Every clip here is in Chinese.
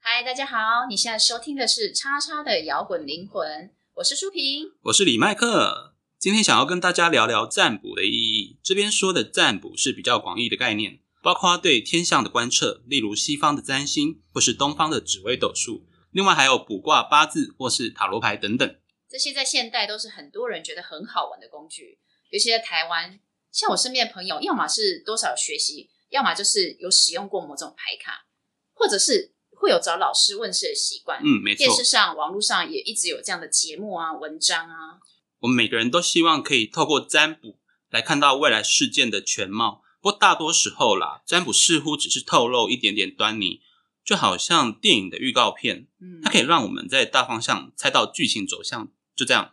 嗨，大家好，你现在收听的是叉叉的摇滚灵魂，我是舒平。我是李麦克，今天想要跟大家聊聊占卜的意义。这边说的占卜是比较广义的概念，包括对天象的观测，例如西方的占星或是东方的紫微斗数，另外还有卜卦、八字或是塔罗牌等等。这些在现代都是很多人觉得很好玩的工具，尤其在台湾，像我身边的朋友，要么是多少有学习，要么就是有使用过某种牌卡，或者是会有找老师问事的习惯。嗯，没错电，视上、网络上也一直有这样的节目啊、文章啊。我们每个人都希望可以透过占卜来看到未来事件的全貌。不过大多时候啦，占卜似乎只是透露一点点端倪，就好像电影的预告片，嗯它可以让我们在大方向猜到剧情走向，就这样。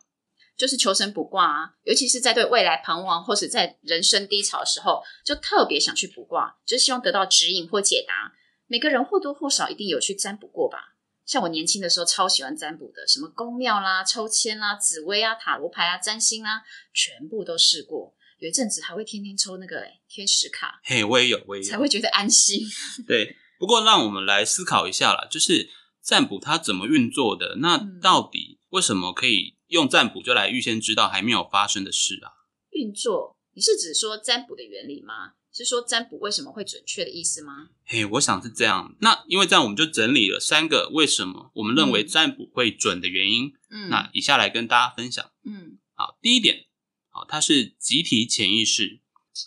就是求神卜卦啊，尤其是在对未来彷徨或是在人生低潮的时候，就特别想去卜卦，就是希望得到指引或解答。每个人或多或少一定有去占卜过吧？像我年轻的时候超喜欢占卜的，什么宫庙啦、抽签啦、紫薇啊、塔罗牌啊、占星啊，全部都试过。有一阵子还会天天抽那个、欸、天使卡，嘿，我也有，我 也才有。会觉得安心。对，不过让我们来思考一下啦，就是占卜它怎么运作的？那嗯到底为什么可以用占卜就来预先知道还没有发生的事啊？运作，你是指说占卜的原理吗？是说占卜为什么会准确的意思吗？嘿，我想是这样。那因为这样，我们就整理了三个为什么我们认为嗯占卜会准的原因。嗯那以下来跟大家分享。嗯好，第一点，好，它是集体潜意识。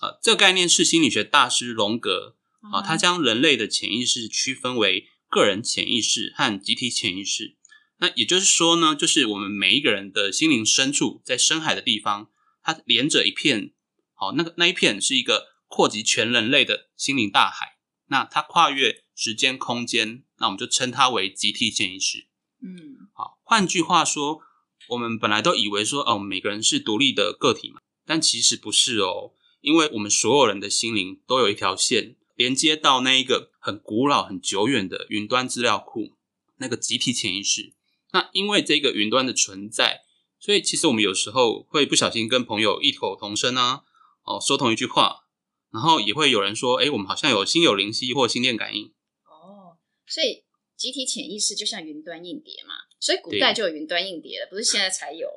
呃，这个概念是心理学大师荣格啊，哦他将人类的潜意识区分为个人潜意识和集体潜意识。那也就是说呢，就是我们每一个人的心灵深处，在深海的地方，它连着一片，好，那个那一片是一个扩及全人类的心灵大海。那它跨越时间空间，那我们就称它为集体潜意识。嗯好，换句话说，我们本来都以为说，哦，我们每个人是独立的个体嘛，但其实不是哦，因为我们所有人的心灵都有一条线连接到那一个很古老、很久远的云端资料库，那个集体潜意识。那因为这个云端的存在，所以其实我们有时候会不小心跟朋友异口同声啊，哦，说同一句话，然后也会有人说，哎，我们好像有心有灵犀或心电感应。哦，所以集体潜意识就像云端硬碟嘛，所以古代对就有云端硬碟了，不是现在才有。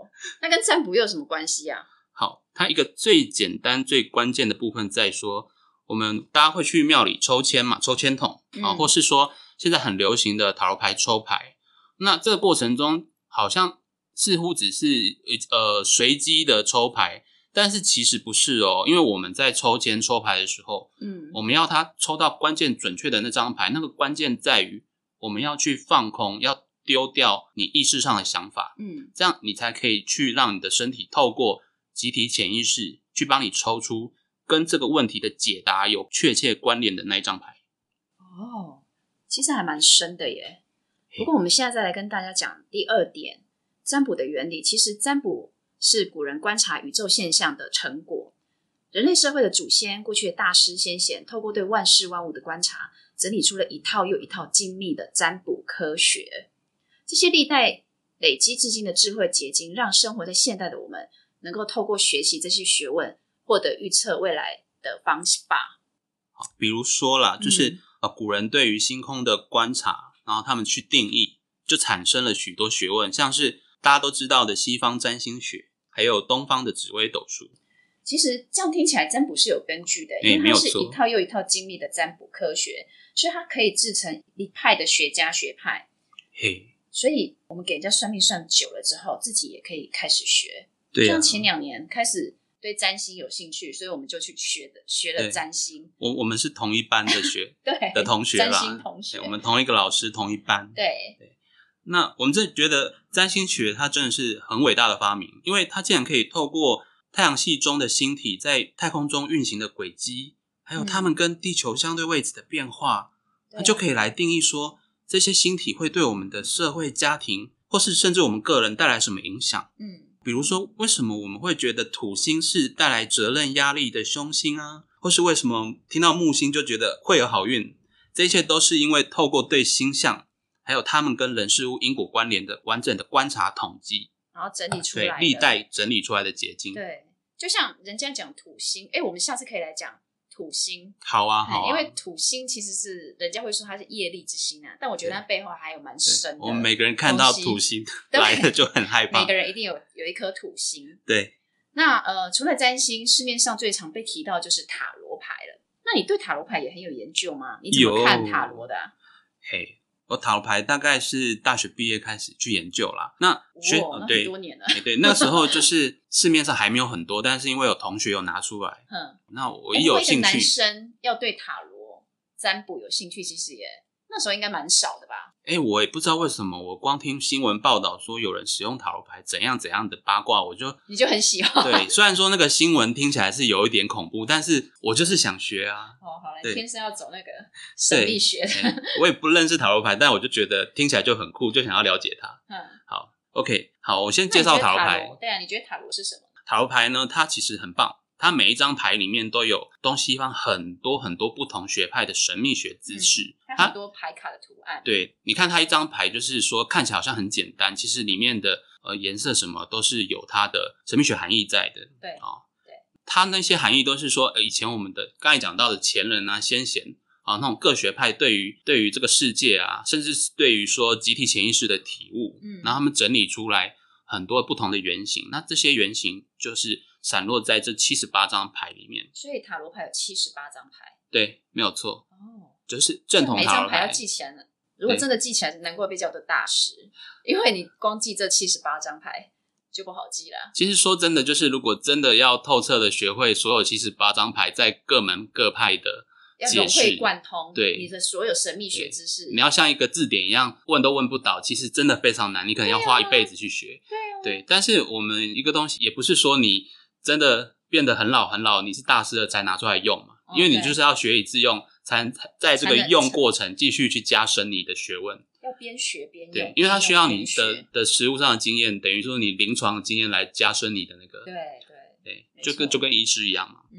那跟占卜又有什么关系啊？好，它一个最简单、最关键的部分在说，我们大家会去庙里抽签嘛，抽签筒啊，嗯或是说现在很流行的塔罗牌抽牌。那这个过程中，好像似乎只是呃呃随机的抽牌，但是其实不是哦，因为我们在抽签抽牌的时候，嗯我们要它抽到关键准确的那张牌，那个关键在于我们要去放空，要丢掉你意识上的想法。嗯这样你才可以去让你的身体透过集体潜意识去帮你抽出跟这个问题的解答有确切关联的那一张牌。哦，其实还蛮深的耶。不过我们现在再来跟大家讲第二点，占卜的原理。其实占卜是古人观察宇宙现象的成果。人类社会的祖先、过去的大师先贤，透过对万事万物的观察，整理出了一套又一套精密的占卜科学。这些历代累积至今的智慧结晶，让生活在现代的我们，能够透过学习这些学问，获得预测未来的方法。比如说啦，就是、嗯呃古人对于星空的观察，然后他们去定义，就产生了许多学问，像是大家都知道的西方占星学，还有东方的紫微斗数。其实这样听起来，占卜是有根据的，哎因为没它有是错一套又一套精密的占卜科学，所以它可以制成一派的学家学派。嘿，所以我们给人家算命算久了之后，自己也可以开始学。对啊像，前两年开始对占星有兴趣，所以我们就去学的学了对占星，我我们是同一班的 学对的同学啦，占星同学，对我们同一个老师，同一班。对，那我们这觉得占星学它真的是很伟大的发明，因为它竟然可以透过太阳系中的星体在太空中运行的轨迹，还有它们跟地球相对位置的变化，它对就可以来定义说这些星体会对我们的社会、家庭，或是甚至我们个人带来什么影响。嗯比如说，为什么我们会觉得土星是带来责任压力的凶星啊？或是为什么听到木星就觉得会有好运？这一切都是因为透过对星象，还有他们跟人事物因果关联的完整的观察统计，然后整理出来对的历代整理出来的结晶。对，就像人家讲土星，哎，我们下次可以来讲土星，好啊，好啊，哎因为土星其实是人家会说它是业力之星啊，但我觉得它背后还有蛮对深的。我们每个人看到东西土星对 来了就很 害每怕个。人一定有有一颗土星。对，那呃，除了占星，市面上最常被提到就是塔罗牌了。那你对塔罗牌也很有研究吗？你怎么有看塔罗的啊、嘿，我塔罗牌大概是大学毕业开始去研究啦。那学、哦，呃那很对多年 了。哎对，那时候就是市面上还没有很多，但是因为有同学有拿出来，嗯，那我诶一如果有个兴男趣，生要对塔罗占卜有兴趣，其实也那时候应该蛮少的吧？哎、我也不知道为什么，我光听新闻报道说有人使用塔罗牌怎样怎样的八卦，我就你就很喜欢。对。虽然说那个新闻听起来是有一点恐怖，但是我就是想学 啊。哦，好了，你对哎天生要走那个神秘学的。诶我也不认识塔罗牌，但我就觉得听起来就很酷，就想要了解它。嗯，好，OK，好，我先那介绍你觉得塔塔罗牌。对啊，你觉得塔罗是什么？塔罗牌呢，它其实很棒，它每一张牌里面都有东西方很多很多不同学派的神秘学知识。嗯它很多牌卡的图案。啊对，你看它一张牌，就是说看起来好像很简单，其实里面的呃颜色什么都是有它的神秘学含义在的。对啊、对它那些含义都是说，呃，以前我们的刚才讲到的前人啊、先贤啊，那种各学派对于对于这个世界啊，甚至是对于说集体潜意识的体悟，嗯然后他们整理出来很多不同的原型，那这些原型就是散落在这七十八张牌里面。所以塔罗牌有七十八张牌。对，没有错，哦。就是正统每塔张罗牌牌要。记起来呢。如果真的记起来，难怪被叫做大师，因为你光记这七十八张牌就不好记啦。其实说真的，就是如果真的要透彻的学会所有七十八张牌在各门各派的，要融解会释贯通，对你的所有神秘学知识，你要像一个字典一样问都问不倒，其实真的非常难，你可能要花一辈子去学。对啊，对，但是我们一个东西也不是说你真的变得很老很老，你是大师了才拿出来用嘛，哦因为你对就是要学以致用，才才在这个才能用过程继续去加深你的学问。要边学边用对，，因为它需要你边学的的实物上的经验，等于说你临床的经验来加深你的那个对，对，对，没就跟错就跟医师一样嘛。嗯，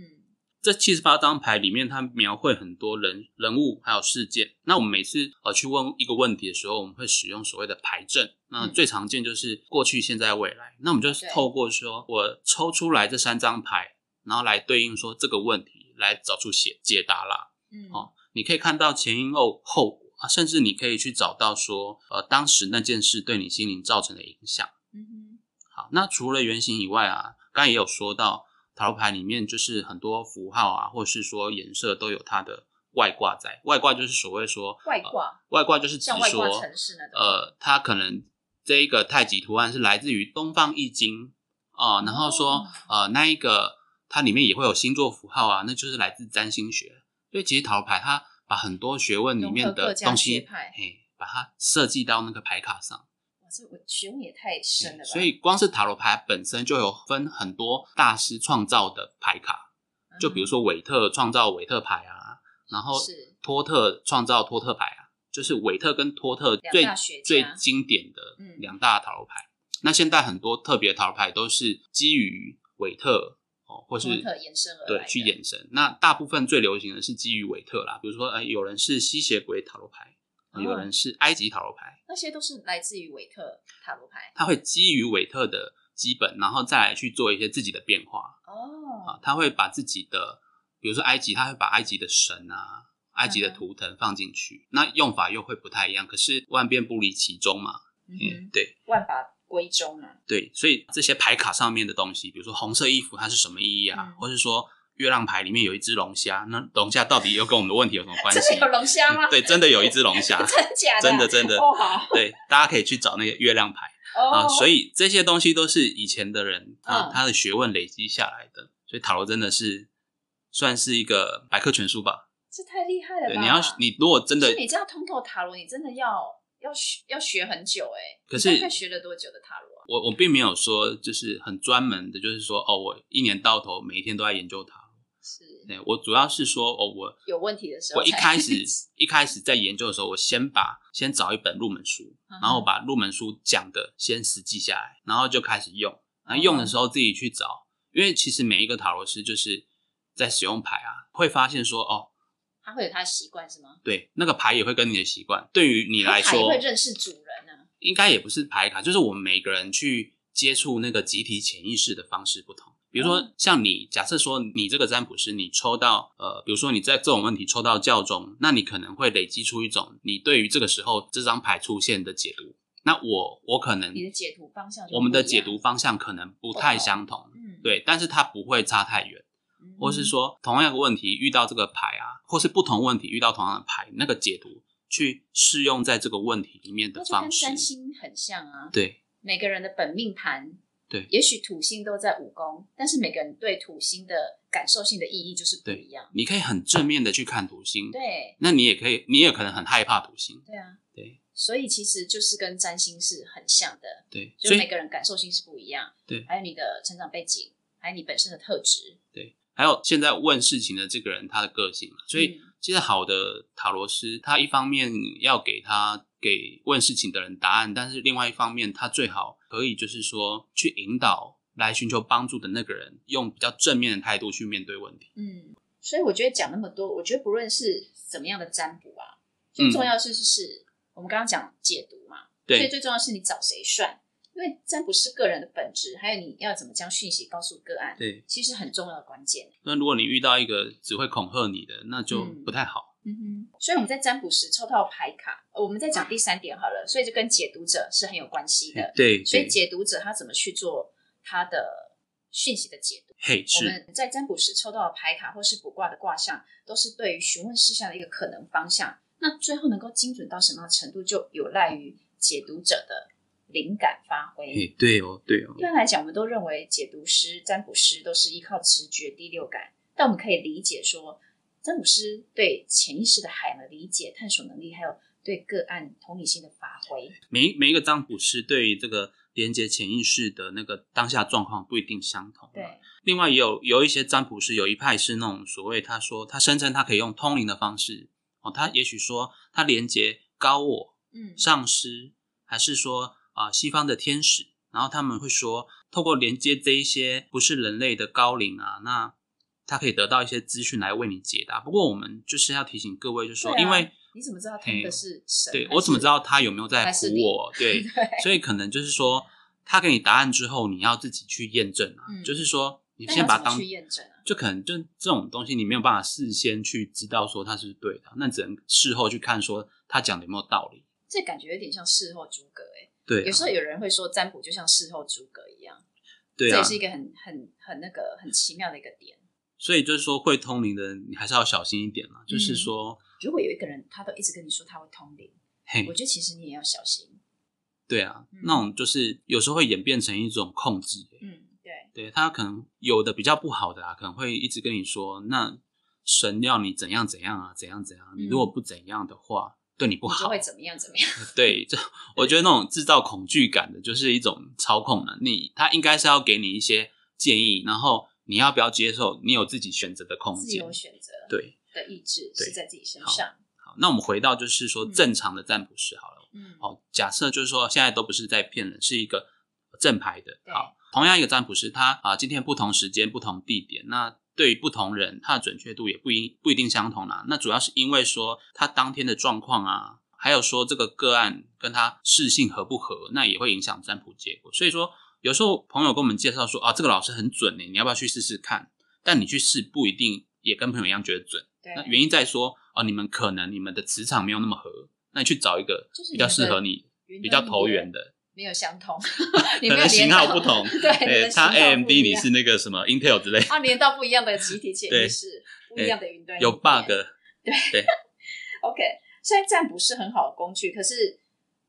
这七十八张牌里面，它描绘很多人人物还有事件。那我们每次呃去问一个问题的时候，我们会使用所谓的牌阵。那嗯哦最常见就是过去、现在、未来。那我们就是对透过说我抽出来这三张牌，然后来对应说这个问题，来找出解解答啦。嗯，哦你可以看到前因后后果啊，甚至你可以去找到说呃当时那件事对你心灵造成的影响。嗯好，那除了原型以外啊，刚才也有说到塔罗牌里面就是很多符号啊，或者是说颜色都有它的外挂在。外挂就是所谓说哼，外挂外挂就是指像外挂说城市那种呃，它可能这一个太极图案是来自于东方易经啊、然后哦说呃那一个它里面也会有星座符号啊，那就是来自占星学。所以其实塔罗牌它把很多学问里融合面各的家东学西，派，嘿，把它设计到那个牌卡上。哇，这我学问也太深了吧？所以光是塔罗牌本身就有分很多大师创造的牌卡，嗯就比如说韦特创造韦特牌啊，然后是托特创造托特牌啊，就是韦特跟托特两最大学家最经典的嗯两大塔罗牌。那现在很多特别的塔罗牌都是基于韦特哦，或是托特延伸而来对的去衍生。那大部分最流行的是基于韦特啦，比如说呃，有人是吸血鬼塔罗牌，呃有哦人是埃及塔罗牌。那些都是来自于韦特塔罗牌他会基于韦特的基本，然后再来去做一些自己的变化啊哦，。他会把自己的，比如说埃及，他会把埃及的神啊、埃及嗯的哼图腾放进去，那用法又会不太一样，可是万变不离其宗嘛。嗯嗯哼，，对万法归宗啊，对，所以这些牌卡上面的东西，比如说红色衣服它是什么意义啊，嗯或是说月亮牌里面有一只龙虾，那龙虾到底又跟我们的问题有什么关系嗯真？的有龙虾吗？ 对，真的有一只龙虾， 真的假的？真的真的哦，好对，大家可以去找那个月亮牌。啊，哦，所以以这些东西都是以前的人他、嗯他的学问累积下来的，所以塔罗真的是算是一个百科全书吧。这太厉害了对，吧？你要你如果真的所以你这样通透塔罗，你真的要要学要学很久哎。可是你大概学了多久的塔罗啊？我我并没有说就是很专门的，就是说哦，我一年到头每一天都在研究塔罗，是对我主要是说哦，我有问题的时候我才，一 开始一开始在研究的时候，我先把先找一本入门书，嗯哼然后把入门书讲的先实际下来，然后就开始用。然后用哦的时候自己去找，因为其实每一个塔罗师就是在使用牌啊，会发现说哦，他会有他的习惯是吗？对，那个牌也会跟你的习惯。对于你来他也说会，认识主人啊呢、应该也不是牌卡，就是我们每个人去接触那个集体潜意识的方式不同。比如说嗯，像你，假设说你这个占卜师，你抽到呃，比如说你在这种问题抽到教宗，那你可能会累积出一种你对于这个时候这张牌出现的解读。那我我可能你的解读方向就不一样我们的解读方向可能不太相同，嗯，对，但是它不会差太远。嗯，或是说同样一个问题遇到这个牌啊，或是不同问题遇到同样的牌，那个解读去适用在这个问题里面那的就跟方三式。星很像啊，对每个人的本命盘，对也许土星都在五宫，但是每个人对土星的感受性的意义就是不对一样，。你可以很正面的去看土星，对，那你也可以，你也可能很害怕土星，对啊，对所以其实就是跟占星是很像的，对，就所是每以个人感受性是不一样，对还有你的成长背景，还有你本身的特质，对，还有现在问事情的这个人他的个性嘛，所以嗯其实好的塔罗师，他一方面要给他给问事情的人答案，但是另外一方面，他最好可以就是说去引导来寻求帮助的那个人，用比较正面的态度去面对问题。嗯，所以我觉得讲那么多，我觉得不论是怎么样的占卜啊，最嗯重要是是是、我们刚刚讲解读嘛，所以对最重要是你找谁算，因为占卜是个人的本质，还有你要怎么将讯息告诉个案，对，其实很重要的关键。那如果你遇到一个只会恐吓你的，那就嗯不太好。嗯哼，所以我们在占卜时抽到牌卡，呃我们再讲第三点好了，所以就跟解读者是很有关系的。对，呃所以对解读者他怎么去做他的讯息的解读？嘿我是们在占卜时抽到的牌卡或是卜卦的卦象，都是对于询问事项的一个可能方向。那最后能够精准到什么样的程度，就有赖于解读者的灵感发挥。嘿对哦对哦一，般来讲，我们都认为解读师、占卜师都是依靠直觉、第六感，但我们可以理解说，占卜师对潜意识的海的理解、探索能力，还有对个案同理心的发挥。每一每一个占卜师对于这个连接潜意识的那个当下状况不一定相同。啊对，另外也有有一些占卜师，有一派是那种所谓他说他声称他可以用通灵的方式哦，他也许说他连接高我、嗯，上师，还是说啊、西方的天使，然后他们会说透过连接这一些不是人类的高龄啊，那他可以得到一些资讯来为你解答。不过我们就是要提醒各位，就是说、对啊因为你怎么知道他们嘿的是神？对还我怎么是知道他有没有在还是唬你我？ 对，所以可能就是说，他给你答案之后，你要自己去验证啊。嗯就是说，你那先要把怎它么当去验证啊就可能就这种东西，你没有办法事先去知道说它是对的，那只能事后去看说他讲的有没有道理。这感觉有点像事后诸葛哎、对、啊，有时候有人会说占卜就像事后诸葛一样，对这啊也，是一个很很很那个很奇妙的一个点。所以就是说，会通灵的人你还是要小心一点嘛。嗯就是说，如果有一个人他都一直跟你说他会通灵，嘿我，觉得其实你也要小心。对啊，嗯那种就是有时候会演变成一种控制、嗯，对，对他可能有的比较不好的啊，可能会一直跟你说，那神要你怎样怎样啊，怎样怎样，你嗯如果不怎样的话，对你不你好就。会怎么样怎么样。对， 这我觉得那种制造恐惧感的，就是一种操控了。你他应该是要给你一些建议，然后你要不要接受，你有自己选择的空自间由。选择对，的意志对是在自己身上。好，那我们回到就是说嗯正常的占卜师好了。嗯，好，假设就是说现在都不是在骗人，是一个正牌的。对好，同样一个占卜师，他啊、今天不同时间、不同地点，那对于不同人，他的准确度也不一不一定相同啦、那主要是因为说他当天的状况啊，还有说这个个案跟他适性合不合，那也会影响占卜结果。所以说，有时候朋友跟我们介绍说啊，这个老师很准呢、你要不要去试试看？但你去试不一定也跟朋友一样觉得准。对，那原因在说哦，你们可能你们的磁场没有那么合，那你去找一个就是比较适合你你、云端比较投缘的的，没有相 同，你可没有能型连号到。不同 对，你诶的型他号不一样 AMD 你是那个什么 Intel 之类，啊，连到不一样的集体潜意对哎识，不一样的云端有里面 bug。 OK，虽然占卜是很好的工具，可是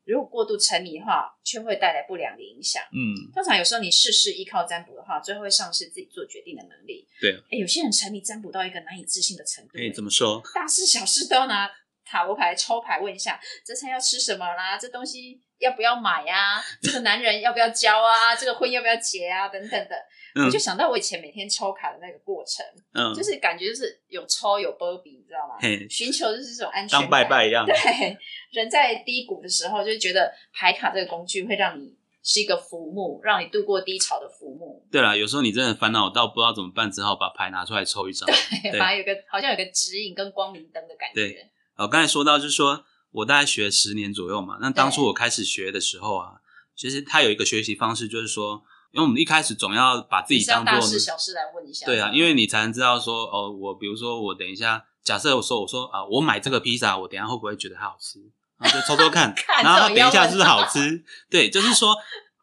如果过度沉迷的话，却会带来不良的影响。嗯，通常有时候你事事依靠占卜的话，最后会丧失自己做决定的能力。哎对啊诶有些人沉迷占卜到一个难以置信的程度、哎，怎么说？大事小事都要拿塔罗牌抽牌问一下，这餐要吃什么啦？这东西要不要买呀、这个男人要不要交啊？这个婚要不要结啊？等等的，我嗯就想到我以前每天抽卡的那个过程，嗯，就是感觉就是有抽有波比，你知道吗？嘿，寻求就是这种安全当感。拜拜一样，对，人在低谷的时候，就觉得牌卡这个工具会让你是一个浮木，让你度过低潮的浮木。对啦，有时候你真的烦恼到不知道怎么办，只好把牌拿出来抽一 张。对反而有个好像有个指引跟光明灯的感觉对。哦，刚才说到就是说我大概学十年左右嘛，那当初我开始学的时候啊，其实它有一个学习方式，就是说，因为我们一开始总要把自你己是要当大做事小事来问一下。对啊，因为你才能知道说，哦，我比如说我等一下，假设我说我说啊，我买这个披萨，我等一下会不会觉得它好吃？然后就抽抽 看看，然后它这种等要一下问是不是好吃？对，就是说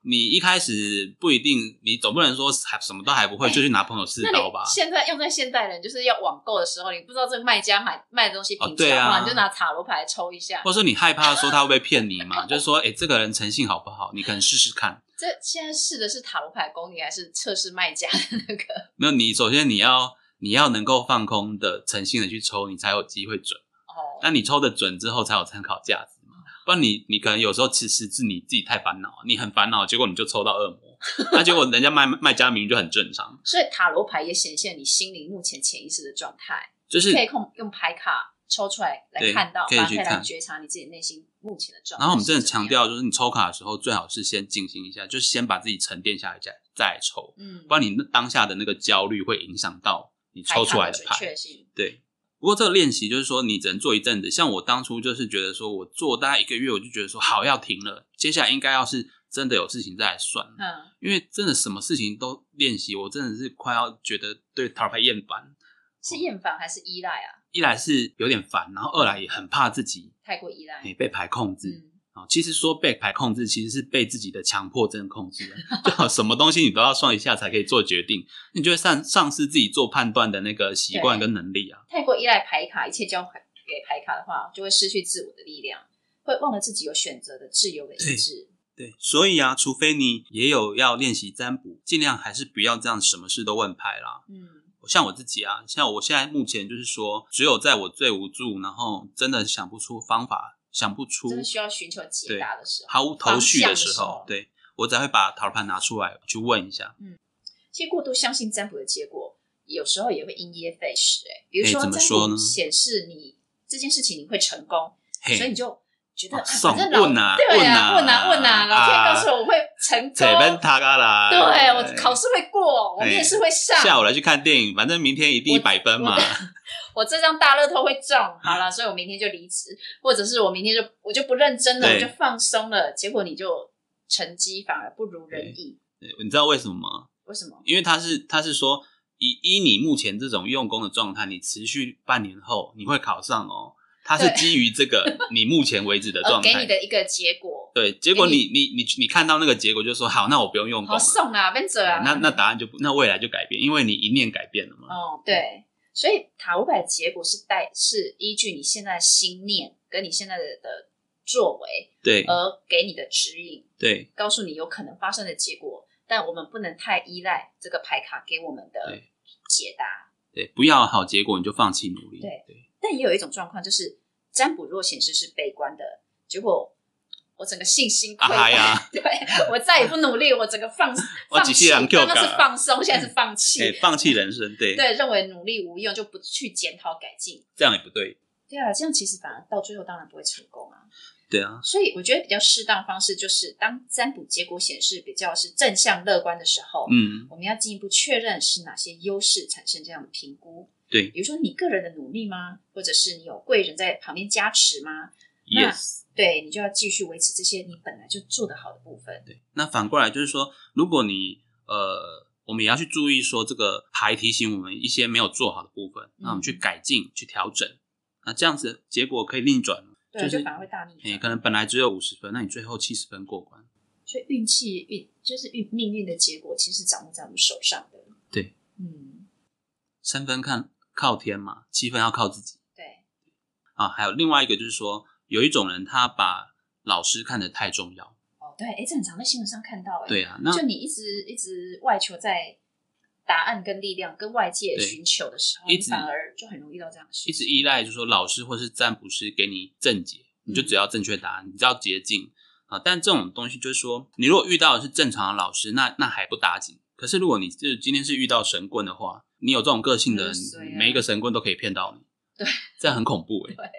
你一开始不一定，你总不能说还什么都还不会就去拿朋友试那刀你吧？现在用在现代人，就是要网购的时候，你不知道这个卖家买卖的东西品质哦对好啊不好，你就拿塔罗牌抽一下或。者说你害怕说他会不会骗你嘛？就是说，哎、这个人诚信好不好？你可能试试看。这现在试的是塔罗牌功力，还是测试卖家的那个？那你首先你要你要能够放空的、诚信的去抽，你才有机会准。哦，那你抽的准之后才有参考价值嘛？不然你你可能有时候其实是你自己太烦恼，你很烦恼，结果你就抽到恶魔， 那结果人家卖卖家明明就很正常，所以塔罗牌也显现你心灵目前潜意识的状态。就是可以控用牌卡抽出来来对看到，可以反而去可以来看觉察你自己内心目前的状态。然后我们真的强，调，就是你抽卡的时候最好是先静心一下，就是先把自己沉淀下来再再抽，嗯，不然你那当下的那个焦虑会影响到你牌抽出卡来的的准牌。确性，嗯对，不过这个练习就是说，你只能做一阵子。像我当初就是觉得说，我做大概一个月，我就觉得说，好要停了，接下来应该要是真的有事情再来算。嗯，因为真的什么事情都练习，我真的是快要觉得对塔罗牌厌烦。是厌烦还是依赖啊？一来是有点烦，然后二来也很怕自己太过依赖，诶被牌控制。嗯，啊，其实说被牌控制，其实是被自己的强迫症控制的， 就好什么东西你都要算一下才可以做决定，你就会丧丧失自己做判断的那个习惯跟能力啊。太过依赖牌卡，一切交给牌卡的话，就会失去自我的力量，会忘了自己有选择的自由的意志。对，所以啊，除非你也有要练习占卜，尽量还是不要这样什么事都问牌啦。嗯，像我自己啊，像我现在目前就是说，只有在我最无助，然后真的想不出方法，想不出真的需要寻求解答的时候，毫无头绪方向的的时时候候，对我才会把塔罗牌拿出来去问一下。其实过度相信占卜的结果，有时候也会因噎废食。哎，比如哎说怎占么说卜呢显示你这件事情你会成功，嘿所以你就觉得、哦啊送反正老问啊对啊，问问啊啊问啊，老天啊告诉我我会成这边功，塔嘎啦，对我考试会过，我哎面试会上，下午来去看电影，反正明天一定一百分嘛我。 我这张大乐透会中，好了，所以我明天就离职，或者是我明天就我就不认真了，对我就放松了，结果你就成绩反而不如人意，对你知道为什么吗？为什么？因为他是他是说，以依你目前这种用功的状态，你持续半年后你会考上哦。它是对基于这个你目前为止的呃，状给你态，的一个结果，对，结果哎给你你你你你看到那个结果就说好，那我不用用功好了，送啊 v e n 对啊，那那答案就不，那未来就改变，因为你一念改变了嘛。哦，对，所以塔罗牌的结果是带是依据你现在的心念跟你现在的的作为对而给你的指引。对告诉你有可能发生的结果，但我们不能太依赖这个牌卡给我们的对解答。对，不要好结果你就放弃努力。对对但也有一种状况，就是占卜若显示是悲观的，结果我整个信心溃啊败，嗨呀对我再也不努力，我整个放我放只弃，是人刚刚叫是嘎放松，现在是放弃，哎、放弃人生，对，对，认为努力无用，就不去检讨改进。这样也不对。对啊，这样其实反而到最后当然不会成功啊。对啊，所以我觉得比较适当方式就是，当占卜结果显示比较是正向乐观的时候，嗯，我们要进一步确认是哪些优势产生这样的评估，对比如说你个人的努力吗？或者是你有贵人在旁边加持吗？那，yes。对你就要继续维持这些你本来就做得好的部分。对，那反过来就是说，如果你呃，我们也要去注意说，这个牌提醒我们一些没有做好的部分，那我们嗯去改进、去调整，那这样子结果可以逆转。对，啊就是就反而会大逆你、反。可能本来只有五十分，那你最后七十分过关。所以运气运就是运命运的结果，其实掌握在我们手上的。对，嗯，三分看靠天嘛，七分要靠自己对，啊。还有另外一个就是说，有一种人他把老师看得太重要。哦，对，哎，这很常在新闻上看到，哎，对啊，那就你一直一直外求在答案跟力量跟外界寻求的时候，对你一直反而就很容易遇到这样的事一直情。依赖就是说老师或是占卜师给你正解，你就嗯只要正确答案，你只要捷径啊。但这种东西就是说，你如果遇到的是正常的老师，那那还不打紧。可是如果你就是今天是遇到神棍的话，你有这种个性的人很衰啊，每一个神棍都可以骗到你，对，这样很恐怖哎、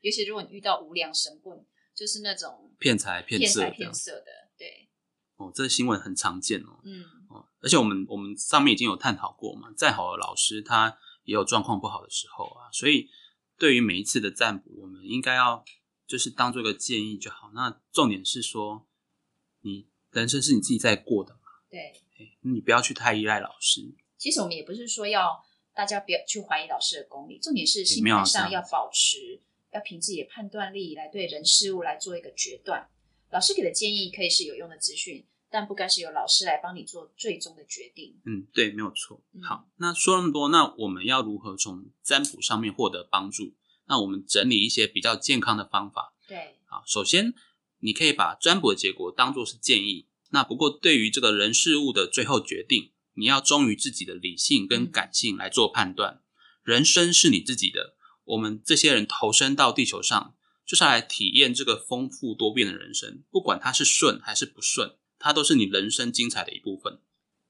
尤其如果你遇到无良神棍，就是那种骗财骗色财这样骗色的，对，哦，这新闻很常见哦。嗯哦，而且我们我们上面已经有探讨过嘛，再好的老师他也有状况不好的时候啊，所以对于每一次的占卜，我们应该要就是当做一个建议就好。那重点是说，你人生是你自己在过的嘛，对。嘿你不要去太依赖老师。其实我们也不是说要大家不要去怀疑老师的功力，重点是心没有啊态要这上样要保持，要凭自己的判断力来对人事物来做一个决断。老师给的建议可以是有用的资讯，但不该是由老师来帮你做最终的决定。嗯，对，没有错嗯。好，那说那么多，那我们要如何从占卜上面获得帮助？那我们整理一些比较健康的方法，对，啊，首先你可以把占卜的结果当做是建议，那不过对于这个人事物的最后决定，你要忠于自己的理性跟嗯感性来做判断。人生是你自己的，我们这些人投身到地球上，就是要来体验这个丰富多变的人生，不管它是顺还是不顺，它都是你人生精彩的一部分。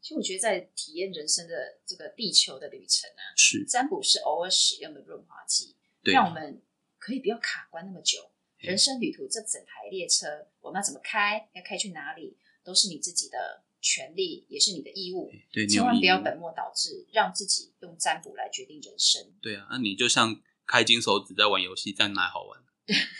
其实我觉得在体验人生的这个地球的旅程啊，是，占卜是偶尔使用的润滑剂，对，让我们可以不要卡关那么久。嗯人生旅途这整台列车，我们要怎么开，要开去哪里，都是你自己的权利，也是你的义务。对，你有千万不要意义本末倒置，让自己用占卜来决定人生。对啊，那你就像开金手指在玩游戏，这样哪好 玩？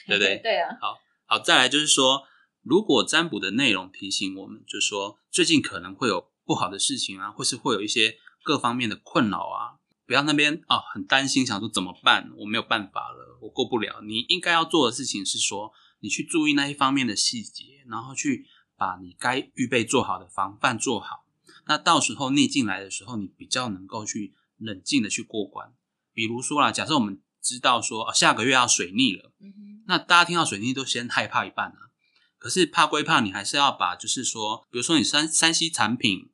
对不对？对啊，好，再来就是说，如果占卜的内容提醒我们，就说最近可能会有不好的事情啊，或是会有一些各方面的困扰啊，不要那边啊很担心，想说怎么办？我没有办法了，我过不了。你应该要做的事情是说，你去注意那一方面的细节，然后去把你该预备做好的防范做好。那到时候逆境来的时候，你比较能够去冷静的去过关。比如说啦，假设我们知道说、啊、下个月要水逆了。嗯哼，那大家听到水逆都先害怕一半啊。可是怕归怕，你还是要把，就是说，比如说你三三 C 产品，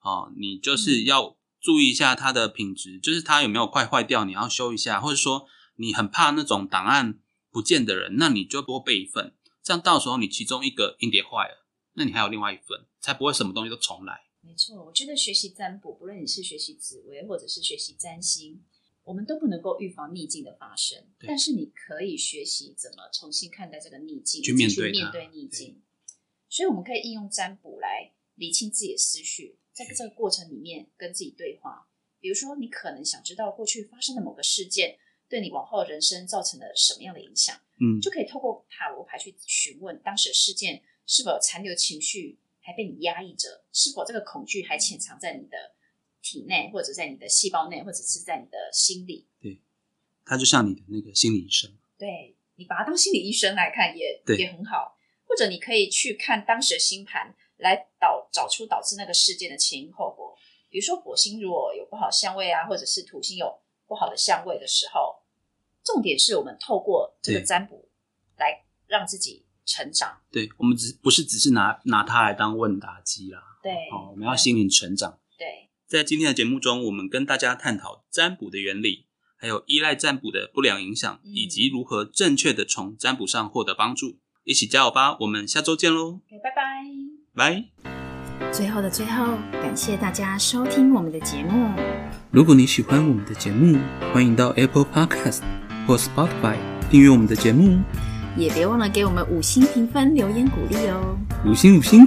哦，你嗯就是要注意一下它的品质，就是它有没有快坏掉，你要修一下，或者说你很怕那种档案不见的人，那你就多备一份，这样到时候你其中一个硬碟坏了，那你还有另外一份，才不会什么东西都重来。没错。我觉得学习占卜，不论你是学习紫薇或者是学习占星，我们都不能够预防逆境的发生，对但是你可以学习怎么重新看待这个逆境，去以及面对面它对逆境。所以我们可以应用占卜来理清自己的思绪，在这个过程里面跟自己对话。比如说，你可能想知道过去发生的某个事件对你往后人生造成了什么样的影响。嗯你，就可以透过塔罗牌去询问当时的事件是否有残留情绪还被你压抑着，是否这个恐惧还潜藏在你的体内，或者在你的细胞内，或者是在你的心里。它就像你的那个心理医生，对你把它当心理医生来看也对也很好，或者你可以去看当时的星盘来导找出导致那个事件的前因后果。比如说火星如果有不好的相位啊，或者是土星有不好的相位的时候，重点是我们透过这个对占卜来让自己成长。对我们只不是只是拿拿它来当问答机啦，对，哦，我们要心灵成长。对在今天的节目中，我们跟大家探讨占卜的原理，还有依赖占卜的不良影响，嗯以及如何正确的从占卜上获得帮助。一起加油吧！我们下周见喽，对，拜拜。拜！最后的最后，感谢大家收听我们的节目。如果你喜欢我们的节目，欢迎到 Apple Podcast 或 Spotify 订阅我们的节目，也别忘了给我们五星评分、留言鼓励哦。五星五星。